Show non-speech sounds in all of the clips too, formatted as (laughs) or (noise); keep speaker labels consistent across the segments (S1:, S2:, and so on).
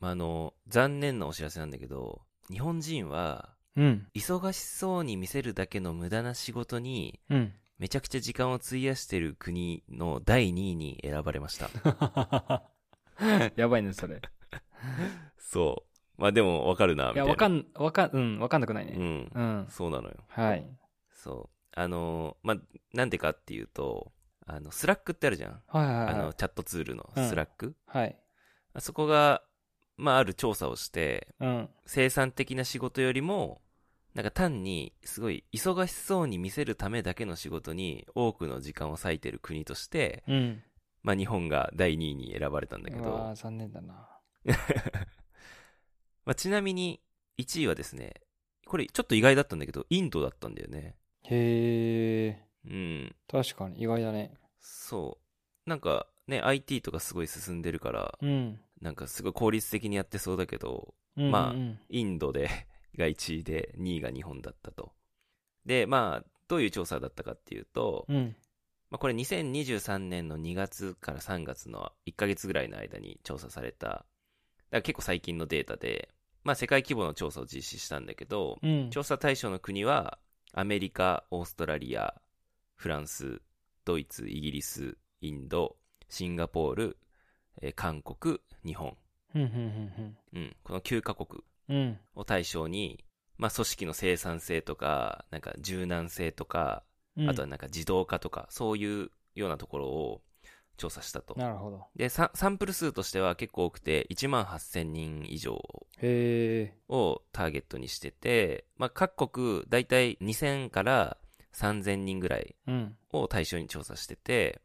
S1: まあ、あの、残念なお知らせなんだけど、日本人は、
S2: うん。
S1: 忙しそうに見せるだけの無駄な仕事に、 (laughs)
S2: うん。
S1: めちゃくちゃ時間を費やしてる国の第2位に選ばれました。
S2: やばいね、それ。
S1: (laughs) そう。まあでも、わかるな、み
S2: い
S1: たい
S2: や、
S1: な。
S2: わかん、わかん、うん、わかんなくないうね。
S1: ん。
S2: うん。
S1: そうなのよ。
S2: はい。
S1: そう。あのーまあ、なんでかっていうと、あの、スラックってあるじゃん。
S2: はいは
S1: あ
S2: いは
S1: の、
S2: い。
S1: チャットツールの
S2: うん
S1: スラック。
S2: はい。
S1: あそこが、まあ、ある調査をして、
S2: うん。
S1: 生産的な仕事よりも、なんか単に、すごい忙しそうに見せるためだけの仕事に多くの時間を割いてる国として、
S2: うん。
S1: まあ日本が第2位に選ばれたんだけ
S2: う
S1: ど、
S2: わー残念だな。
S1: まあちなみに1位はですね、これちょっと意外だったんだけど、インドだったんだよね。
S2: へえ。
S1: うん、
S2: 確かに、意外だね。
S1: そう。なんかね、IT とかすごい進んでるから、
S2: うん。
S1: なんかすごい効率的にやってそうだけど、
S2: うんうん
S1: まあ
S2: うん
S1: インドで (laughs) が1位で2位が日本だったと。で、まあ、どういう調査だったかっていうと、
S2: うん。
S1: まあ、これ2023年の2月から3月の1ヶ月ぐらいの間に調査された、だから結構最近のデータで、まあ世界規模の調査を実施したんだけど、
S2: うん。
S1: 調査対象の国はアメリカ、オーストラリア、フランス、ドイツ、イギリス、インド、シンガポール、えー韓国、日本。
S2: うん。うん。
S1: うん、この9カ国
S2: うん。うん。
S1: を対象に、まあ組織の生産性とか、なんか柔軟性とか、
S2: うん
S1: あとはなんか自動化とか、そういうようなところを調査したと。
S2: なるほど。
S1: で、ササンプル数としては結構多くて、1万8000人以上
S2: へえ。
S1: をターゲットにしてて、まあ、各国大体2000から3000人ぐらい
S2: うん。
S1: を対象に調査してて、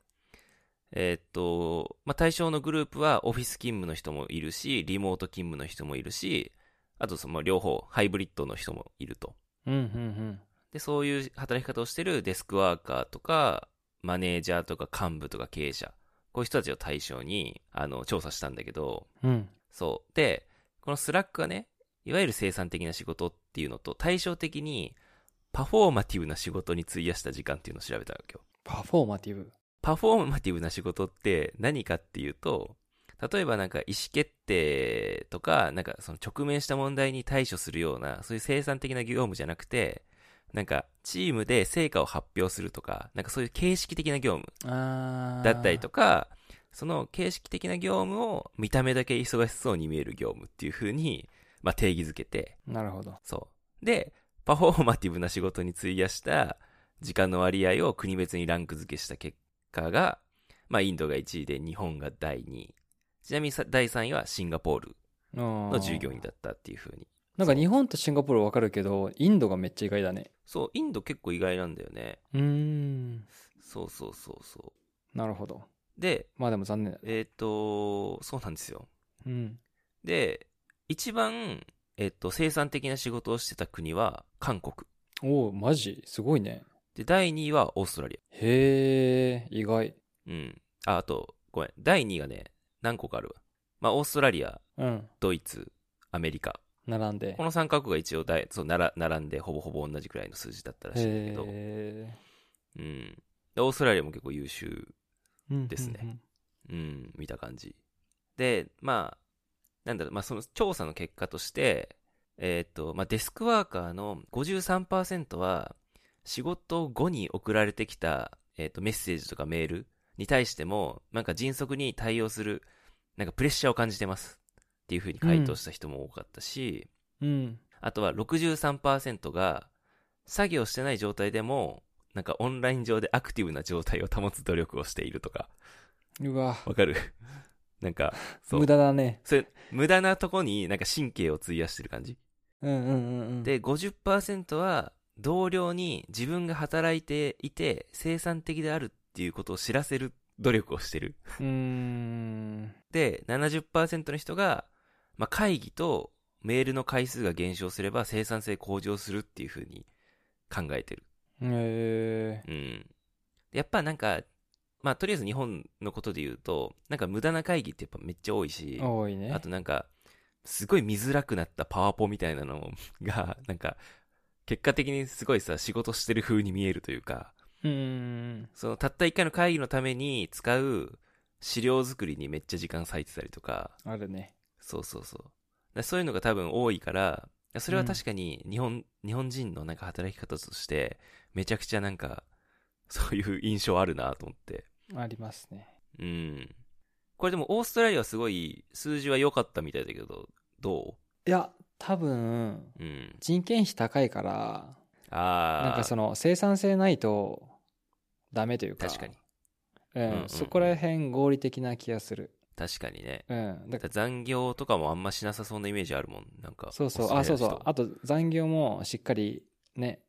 S1: えーっと、まあ、対象のグループはオフィス勤務の人もいるし、リモート勤務の人もいるし、あとその両方、ハイブリッドの人もいると。
S2: うん。うん。
S1: で、そういう働き方をしてるデスクワーカーとか、マネージャーとか幹部とか経営者、こういう人たちを対象に、あの、調査したんだけど、
S2: うん。うん。
S1: そう。で、このスラックはね、いわゆる生産的な仕事っていうのと、対照的に、パフォーマティブな仕事に費やした時間っていうのを調べたわけよ。
S2: パフォーマティブ。
S1: パフォーマティブな仕事って何かっていうと、例えばなんか意思決定とか、なんかその直面した問題に対処するような、そういう生産的な業務じゃなくて、なんかチームで成果を発表するとか、なんかそういう形式的な業務
S2: あ
S1: だったりとか、
S2: か。
S1: その形式的な業務を見た目だけ忙しそうに見える業務っていう風に、まあ定義づけて、
S2: なるほど。
S1: そう。で、パフォーマティブな仕事に費やした時間の割合を国別にランク付けした結果が、まあ、インドが1位で日本が第2位。ちなみにさ第3位はシンガポール
S2: の
S1: の従業員だったっていう風に。
S2: なんか日本とシンガポールわかるけど、インドがめっちゃ意外だね。
S1: そう、インド結構意外なんだよね。
S2: うーん。
S1: そうそうそうそ
S2: なるほど。
S1: う。で、
S2: まあでも残念だ。
S1: えっ、と、そうなんですよ。
S2: うん。
S1: で、一番、えっ、と、生産的な仕事をしてた国は韓国。
S2: おお、マジすごいね。
S1: で、第2位はオーストラリ
S2: へえ、意外。
S1: ア。うん。あ、あと、ごめん。第2位がね、何個かあるわ。まあ、オーストラリア、
S2: うん。
S1: ドイツ、アメリカ。
S2: 並んで。
S1: この3カ国が一応だいそうなら並んでほぼほぼ同じくらいの数字だったらしいんだけど、
S2: へ
S1: うん。でオーストラリアも結構優秀、
S2: え。
S1: ですね
S2: うんうんうん。
S1: うん、見た感じ。で、まあ、なんだろう、まあその調査の結果として、えーっと、まあデスクワーカーの53%は仕事後に送られてきた、えーっと、メッセージとかメールに対しても、なんか迅速に対応する、なんかプレッシャーを感じてますっていうふうに回答した人も多かったし、
S2: うん。
S1: あとは63%が作業してない状態でもなんかオンライン上でアクティブな状態を保つ努力をしているとか
S2: うわ、
S1: わかる (laughs) なんかそう
S2: 無駄だね。
S1: それ無駄なとこになんか神経を費やしてる感じ
S2: うんうんうんうん。、
S1: で50%は同僚に自分が働いていて生産的であるっていうことを知らせる努力をしてる
S2: うーん。
S1: で70%の人が、まあ、会議とメールの回数が減少すれば生産性向上するっていうふうに考えてる
S2: へえ。
S1: うん。やっぱなんか、まあとりあえず日本のことで言うと、なんか無駄な会議ってやっぱめっちゃ多いし、
S2: 多いね。
S1: あとなんか、すごい見づらくなったパワポみたいなのが、 (laughs) なんか、結果的にすごいさ、仕事してる風に見えるというか、
S2: うーん。
S1: そのたった一回の会議のために使う資料作りにめっちゃ時間割いてたりとか、
S2: あるね。
S1: そうそうそう。だそういうのが多分多いから、それは確かに日本、日本人のなんか働き方として、めちゃくちゃなんか、そういう印象あるなと思って。
S2: ありますね。
S1: うん。これでもオーストラリアはすごい数字は良かったみたいだけど、ど
S2: いや、多分、
S1: ううん。
S2: 人件費高いから、
S1: ああ。
S2: なんかその生産性ないとダメというか。
S1: 確かに。。
S2: う
S1: うん
S2: ん、
S1: うん
S2: そこら辺合理的な気がする。
S1: 確かにね。
S2: うん。だ
S1: だから残業とかもあんましなさそうなイメージあるもん。なんか。
S2: そうそ
S1: オ
S2: う、あ、
S1: ース
S2: そう
S1: トラリアの
S2: そう
S1: 人。
S2: あと残業もしっかりね、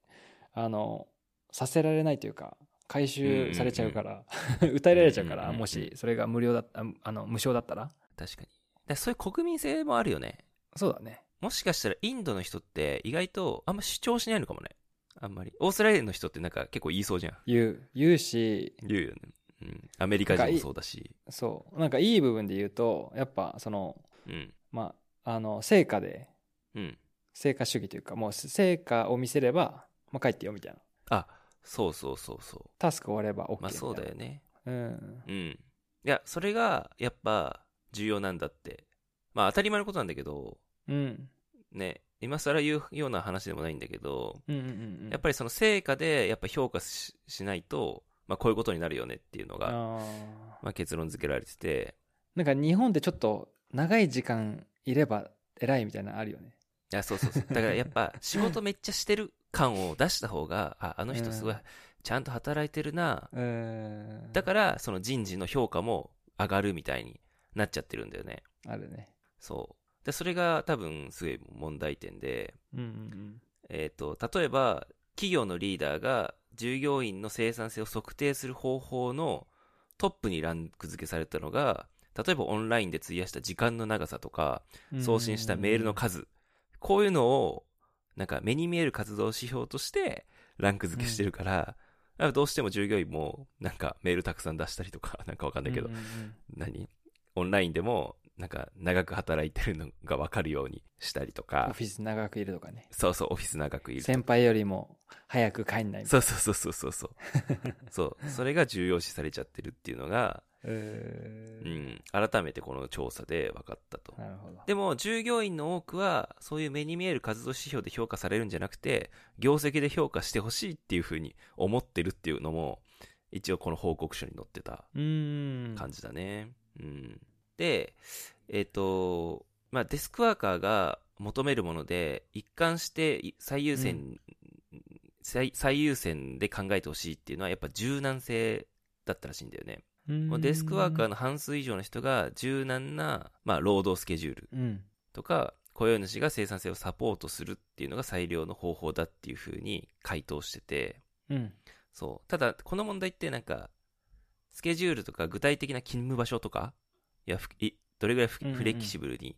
S2: あの、させられないというか、回収されちゃうから、 (laughs) 歌えられちゃうから、
S1: うんうんうん
S2: もし、それが無料だった、あの、無償だったら。
S1: 確かに。だからそういう国民性もあるよね。
S2: そうだね。
S1: もしかしたらインドの人って意外とあんま主張しないのかもね。あんまり。オーストラリアの人ってなんか結構言いそうじゃん。
S2: 言う、言うし、
S1: 言うよね。うん。アメリカ人もそうだし。
S2: そう、なんかいい部分で言うと、やっぱその、
S1: うん。
S2: まあ、あの、成果で、
S1: うん。
S2: 成果主義というか、もう成果を見せれば、まあ、帰ってよみたいな。
S1: あ、そうそうそうそ
S2: タスク終われば OK み
S1: う。
S2: たいな。
S1: まあそうだよね。
S2: うん。
S1: うん。いや、それがやっぱ重要なんだって。まあ当たり前のことなんだけど、
S2: うん。
S1: ね、今更言うような話でもないんだけど、
S2: うんうんうんうん。
S1: やっぱりその成果でやっぱ評価ししないと、まあこういうことになるよねっていうのが、
S2: あー
S1: まあ結論付けられてて、
S2: なんか日本ってちょっと長い時間いれば偉いみたいなのあるよね。
S1: いや、そうそうそう。だからやっぱ、仕事めっちゃしてる感を出した方が、あ、あの人すごい
S2: うん、
S1: ちゃんと働いてるな。
S2: うーん。
S1: だから、その人事の評価も上がるみたいになっちゃってるんだよね。
S2: あるね。
S1: そう。で、それが多分、すごい問題点で、
S2: うんうん
S1: えっ、と、例えば、企業のリーダーが従業員の生産性を測定する方法のトップにランク付けされたのが、例えばオンラインで費やした時間の長さとか、
S2: うん。
S1: 送信したメールの数、こういうのを、なんか目に見える活動指標としてランク付けしてるから、あどうしても従業員もなんかメールたくさん出したりとか、 (laughs) なんかわかんないけど、
S2: うんうんうん
S1: 何オンラインでもなんか長く働いてるのがわかるようにしたりと
S2: オ
S1: か、
S2: フィス長くいるとかね。
S1: そうそう、オフィス長くいるとか
S2: 先輩よりも早く帰んないみたい
S1: そうそうそうそうそう。
S2: (laughs)
S1: そう、それが重要視されちゃってるっていうのが、う
S2: な。うーん。
S1: ん、改めてこの調査で分かったと。
S2: なるほど。
S1: でも従業員の多くはそういう目に見える活動指標で評価されるんじゃなくて業績で評価してほしいっていうふうに思ってるっていうのも一応この報告書に載ってた
S2: うーん。
S1: 感じだね。うん、で、えっとまあ、デスクワーカーが求めるもので一貫してい最優先、
S2: う
S1: 最最優先で考えてほしいっていうのはやっぱ柔軟性だったらしいんだよね。
S2: うーん
S1: もうデスクワーカーの半数以上の人が柔軟な、まあ、労働スケジュール
S2: うん。
S1: とか雇用主が生産性をサポートするっていうのが最良の方法だっていうふうに回答してて
S2: うん。
S1: そうただこの問題ってなんかスケジュールとか具体的な勤務場所とかいやふいどれぐらいフ
S2: うんうん
S1: フレキシブルに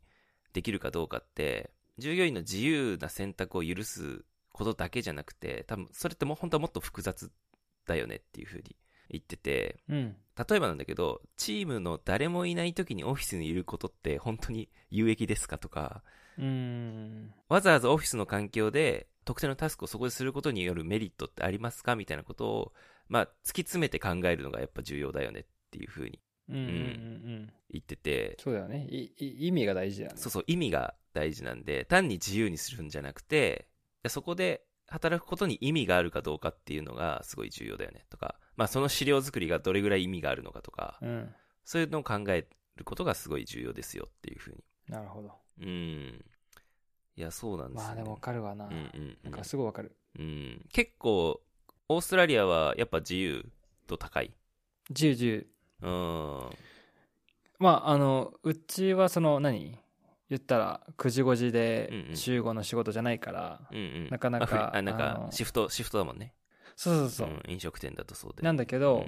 S1: できるかどうかって、従業員の自由な選択を許すことだけじゃなくて多分それってもう本当はもっと複雑だよねっていうふうに言ってて
S2: うん。
S1: 例えばなんだけど、チームの誰もいない時にオフィスにいることって本当に有益ですかとか、
S2: うーん。
S1: わざわざオフィスの環境で特定のタスクをそこですることによるメリットってありますかみたいなことを、まあ、突き詰めて考えるのがやっぱ重要だよねっていうふうに
S2: うんうんうんうん。
S1: 言ってて、
S2: そうだよね。いい意味が大事だよね。
S1: そうそう、意味が大事なんで、単に自由にするんじゃなくて、そこで働くことに意味があるかどうかっていうのがすごい重要だよねとか、まあ、その資料作りがどれぐらい意味があるのかとか、
S2: うん。
S1: そういうのを考えることがすごい重要ですよっていうふうに。
S2: なるほど。
S1: うん。いや、そうなんですよ、
S2: まあ
S1: ね。
S2: でもわかるわな。
S1: うんうんう
S2: なん
S1: ん
S2: かすごいわかる。
S1: うん。結構、オーストラリアはやっぱ自由度高い。
S2: 自由自由。
S1: うん。
S2: まああのうちはその何言ったら9時5時
S1: うんう
S2: で
S1: ん
S2: 週5の仕事じゃないから、
S1: うんうん。
S2: なかなか
S1: ああ、なん
S2: あ
S1: か
S2: の、
S1: シフト、シフトだもんね。
S2: そうそうそう、
S1: ん飲食店だとそうで。
S2: なん
S1: だ
S2: だけど、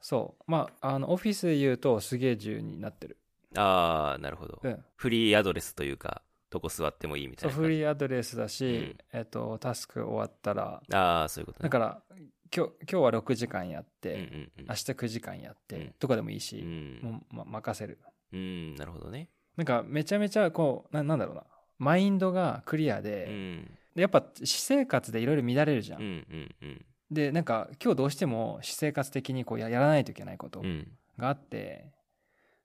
S2: そうまああのオフィスで言うとすげえ自由になってる
S1: ああ、なるほど、
S2: うん
S1: フリーアドレスというか、どこ座ってもいいみた
S2: そ
S1: いうな
S2: フリ
S1: ー。
S2: ーアドレスだし、えっとタスク終わったら
S1: ああ、そういうこと
S2: だ
S1: ね。
S2: から今日今日は6時間やっ
S1: うん
S2: て、
S1: うんうん。
S2: 明日9時間やって、
S1: うん
S2: とかでもいいうし、
S1: ん。
S2: もう、ま、任せる
S1: うん、なるほどね。
S2: なんかめちゃめちゃこうななんだろうなマインドがクリア
S1: う
S2: で、
S1: ん。
S2: でやっぱ私生活でいろいろ乱れるじゃ
S1: うんうんうん。
S2: でなんか今日どうしても私生活的にこうややらないといけないこと
S1: うん。
S2: があって、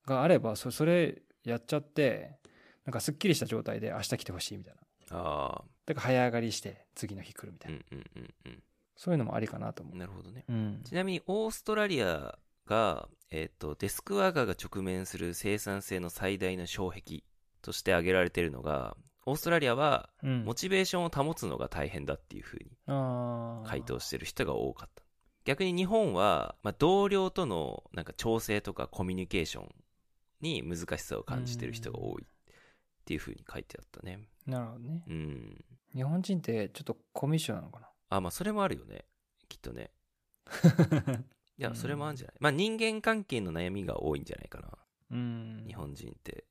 S2: があればそそれやっちゃってなんかすっきりした状態で明日来てほしいみたいな。
S1: ああ、
S2: だから早上がりして次の日来るみた
S1: う
S2: いな。
S1: んうんうんう
S2: そういうのもありかなと思
S1: ん。なるほどね。
S2: う。うん。
S1: ちなみに、オーストラリアが、えっ、と、デスクワーカーが直面する生産性の最大の障壁として挙げられているのが、オーストラリアは、
S2: うん
S1: モチベーションを保つのが大変だっていうふうに
S2: あー
S1: 回答してる人が多かった。逆に日本は、まあ、同僚とのなんか調整とかコミュニケーションに難しさを感じてる人が多いっていうふうに書いてあったね。
S2: なるほどね。
S1: うん。
S2: 日本人ってちょっとコミッションなの
S1: (laughs)
S2: か
S1: あ、まあそれもあるよね。きっとね。
S2: な
S1: いや
S2: う、ん
S1: それもあるんじゃないまあ人間関係の悩みが多いんじゃないかな。
S2: うん。
S1: 日本人って。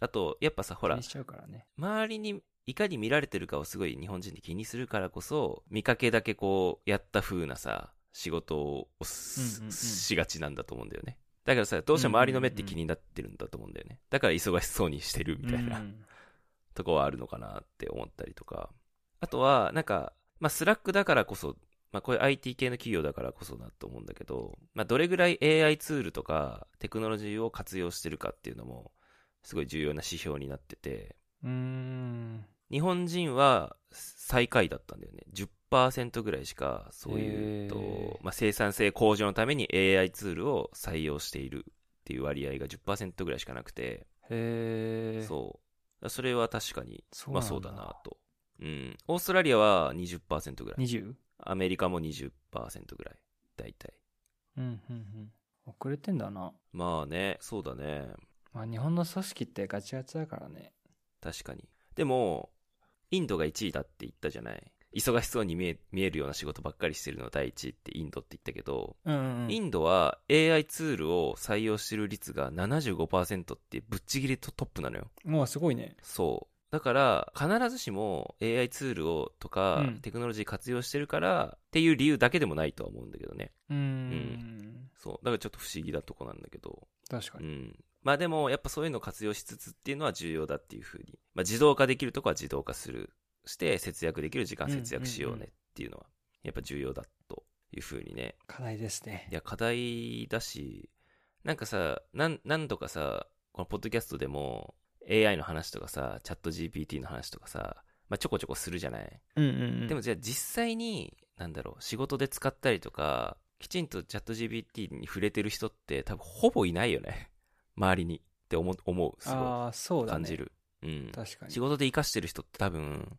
S1: あと、やっぱさ、ほ
S2: ほ
S1: ら
S2: ら。、しちゃうからね。
S1: 周りにいかに見られてるかをすごい日本人って気にするからこそ、見かけだけこう、やった風なさ、仕事をす
S2: うんうんうん
S1: しがちなんだと思うんだよね。だからさ、どうしても周りの目って気になってるんだと思うんだよね。だから忙しそうにしてるみたいな。
S2: うん
S1: とこはあるのかなって思ったりとか。あとは、なんか、まあ、スラックだからこそ、まあ、こういう IT 系の企業だからこそだと思うんだけど、まあ、どれぐらい AI ツールとかテクノロジーを活用してるかっていうのも、すごい重要な指標になってて、
S2: うーん。
S1: 日本人は最下位だったんだよね。10%ぐらいしか、そうい
S2: へー
S1: う、とまあ、生産性向上のために AI ツールを採用しているっていう割合が10%ぐらいしかなくて、
S2: へえ。
S1: そう。それは確かに
S2: そう
S1: ま
S2: な
S1: あ
S2: んだ
S1: そうだなと。うん。オーストラリアは20%ぐらい。
S2: 20?
S1: アメリカも20%ぐらい。大体。
S2: うんうんうん。遅れてんだな。
S1: まあね、そうだね。
S2: まあ日本の組織ってガチガチだからね。
S1: 確かに。でも、インドが1位だって言ったじゃない。忙しそうに見え見えるような仕事ばっかりしてるの第1位ってインドって言ったけど、
S2: うんうんうん。
S1: インドは AI ツールを採用してる率が75%ってぶっちぎりとトップなのよ。
S2: もうすごいね。
S1: そう。だから、必ずしも AI ツールをとか、
S2: うん
S1: テクノロジー活用してるからっていう理由だけでもないとは思うんだけどね。
S2: うーん。
S1: そう。だからちょっと不思議なとこなんだけど。
S2: 確か
S1: う
S2: に。
S1: ん。まあでも、やっぱそういうのを活用しつつっていうのは重要だっていうふうに。まあ自動化できるとこは自動化する。して、節約できる時間節約しよう
S2: うんうんう
S1: ねっていうのは、やっぱ重要だというふうにね。
S2: 課題ですね
S1: い。や、課題だし、なんかさ、なん、何度かさ、このポッドキャストでも、AI の話とかさ、チャット GPT の話とかさ、まあ、ちょこちょこするじゃない。
S2: うんうんうん。
S1: でもじゃあ実際に、なんだろう、仕事で使ったりとか、きちんとチャット GPT に触れてる人って多分ほぼいないよね。 (laughs) 周りにって思う、思う。すご
S2: ああ、そう
S1: い
S2: だ
S1: 感
S2: ね。
S1: じ。る。うん。
S2: 確かに
S1: 仕。事で活かしてる人って多分、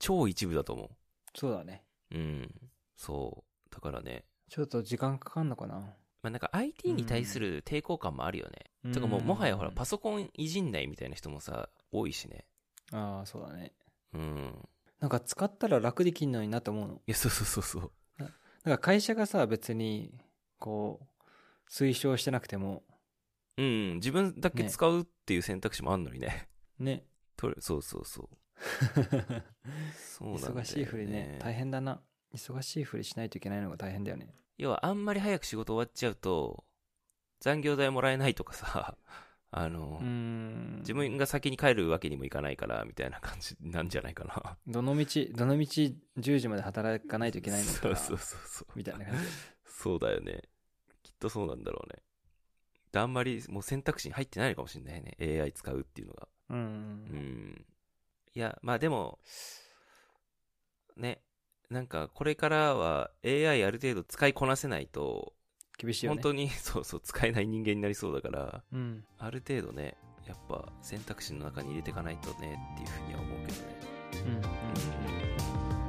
S1: 超一部だと思
S2: そうだね。
S1: う。うん。そう。だからね、
S2: ちょっと時間かかんのかな。
S1: まあ、なんか IT に対する抵抗感もあるよね。
S2: うん
S1: とかもうもはやほらパソコンいじんないみたいな人もさ多いしね
S2: ああ、そうだね。
S1: うん
S2: なんか使ったら楽できんのになと思うの。
S1: いやそうそうそうそう
S2: なんか会社がさ、別に、こう、推奨してなくても、
S1: うん自分だけ使うっていう選択肢もあんのにね (laughs)
S2: ね。
S1: とそうそうそうそうなんだよ、ね、
S2: 忙しいふりね。大変だな。忙しいふりしないといけないのが大変だよね。
S1: 要はあんまり早く仕事終わっちゃうと残業代もらえないとかさ (laughs) あの、
S2: うーん。
S1: 自分が先に帰るわけにもいかないからみたいな感じなんじゃないかな
S2: どの道、どの道10時まで働かないといけない
S1: (laughs)
S2: の
S1: そう
S2: か。
S1: そうそうそう
S2: みたいな感じ。
S1: そうだよね。きっとそうなんだろうね。であんまりもう選択肢に入ってないのかもしれないね。AI 使うっていうのが。
S2: う。
S1: うんん。いや、まあでも、ね、なんかこれからは AI ある程度使いこなせないと、
S2: 厳しいよ
S1: 本
S2: ね。
S1: 当に、 (laughs) そうそう、使えない人間になりそうだから、
S2: うん。
S1: ある程度ね、やっぱ選択肢の中に入れていかないとねっていうふうには思うけどね。
S2: うん。うん。
S1: うん